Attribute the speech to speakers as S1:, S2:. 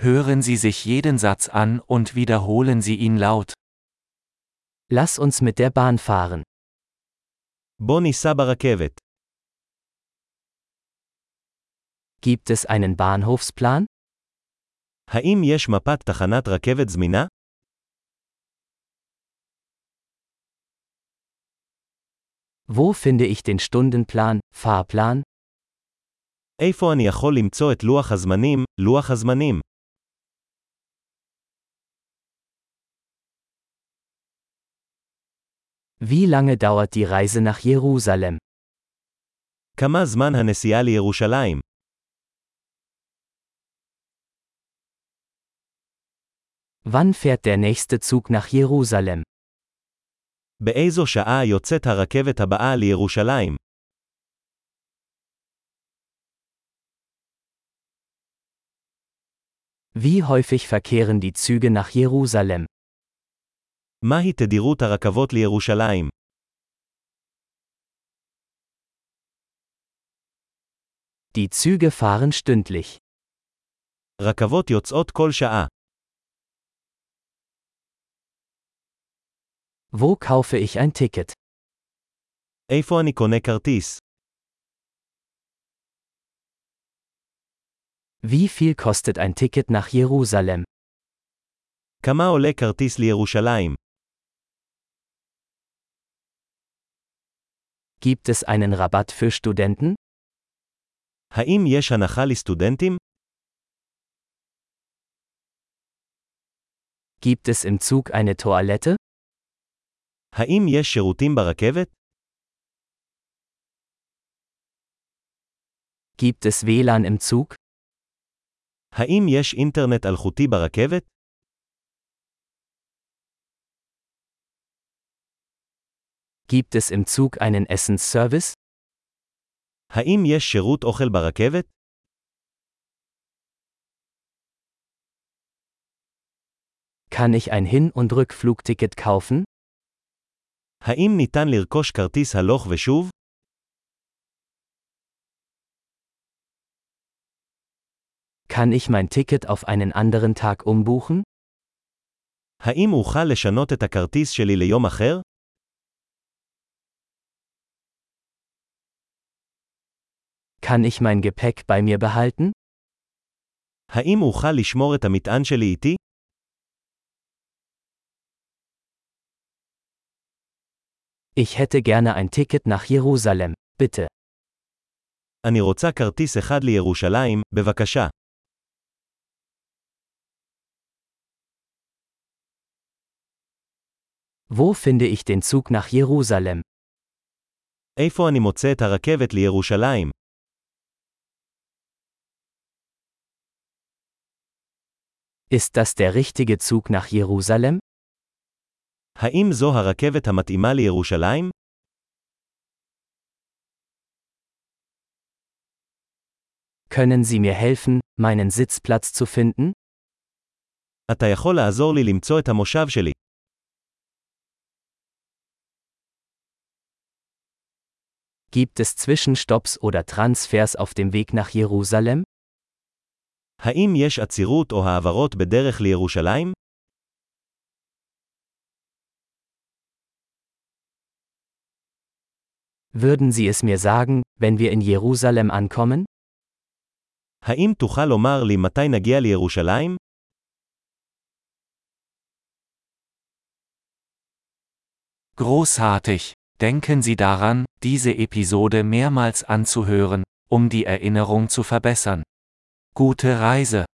S1: Hören Sie sich jeden Satz an und wiederholen Sie ihn laut.
S2: Lass uns mit der Bahn fahren.
S3: בוא ניסע ברכבת.
S2: Gibt es einen Bahnhofsplan?
S3: האם יש מפת תחנת רכבת זמינה?
S2: Wo finde ich den Stundenplan, Fahrplan?
S3: איפה אני יכול למצוא את לוח הזמנים, לוח הזמנים?
S2: Wie lange dauert die Reise nach Jerusalem?
S3: כמה זמן הנסיעה לירושלים?
S2: Wann fährt der nächste Zug nach Jerusalem?
S3: באיזו שעה יוצאת הרכבת הבאה לירושלים?
S2: Wie häufig verkehren die Züge nach Jerusalem?
S3: מהי תדירות הרכבות לירושלים?
S2: Die Züge fahren stündlich.
S3: רכבות יוצאות כל שעה.
S2: Wo kaufe ich ein Ticket?
S3: איפה אני קונה כרטיס?
S2: Wie viel kostet ein Ticket nach Jerusalem?
S3: כמה עולה כרטיס לירושלים?
S2: Gibt es einen Rabatt für Studenten?
S3: האם יש הנחה לסטודנטים?
S2: Gibt es im Zug eine Toilette?
S3: האם יש שירותים ברכבת?
S2: Gibt es WLAN im Zug?
S3: האם יש אינטרנט אלחוטי ברכבת?
S2: Gibt es im Zug einen Essensservice?
S3: האם יש שירות אוכל ברכבת?
S2: Kann ich ein Hin- und Rückflugticket kaufen?
S3: האם ניתן לרכוש כרטיס הלוך ושוב?
S2: Kann ich mein Ticket auf einen anderen Tag umbuchen?
S3: האם אוכל לשנות את הכרטיס שלי ליום אחר?
S2: Kann ich mein Gepäck bei mir behalten?
S3: האם אוכל לשמור את המטען שלי איתי?
S2: Ich hätte gerne ein Ticket nach Jerusalem, bitte.
S3: אני רוצה כרטיס אחד לירושלים, בבקשה.
S2: Wo finde ich den Zug nach Jerusalem?
S3: איפה אני מוצא את הרכבת לירושלים?
S2: Ist das der richtige Zug nach Jerusalem?
S3: האם זו הרכבת המתאימה לירושלים?
S2: Können Sie mir helfen, meinen Sitzplatz zu finden?
S3: אתה יכול לעזור לי למצוא את המושב שלי.
S2: Gibt es Zwischenstopps oder Transfers auf dem Weg nach Jerusalem?
S3: האם יש עצירות או העברות בדרך לירושלים?
S2: Würden Sie es mir sagen, wenn wir in Jerusalem ankommen?
S3: האם תוכל לומר לי מתי נגיע לירושלים?
S1: Großartig! Denken Sie daran, diese Episode mehrmals anzuhören, um die Erinnerung zu verbessern. Gute Reise!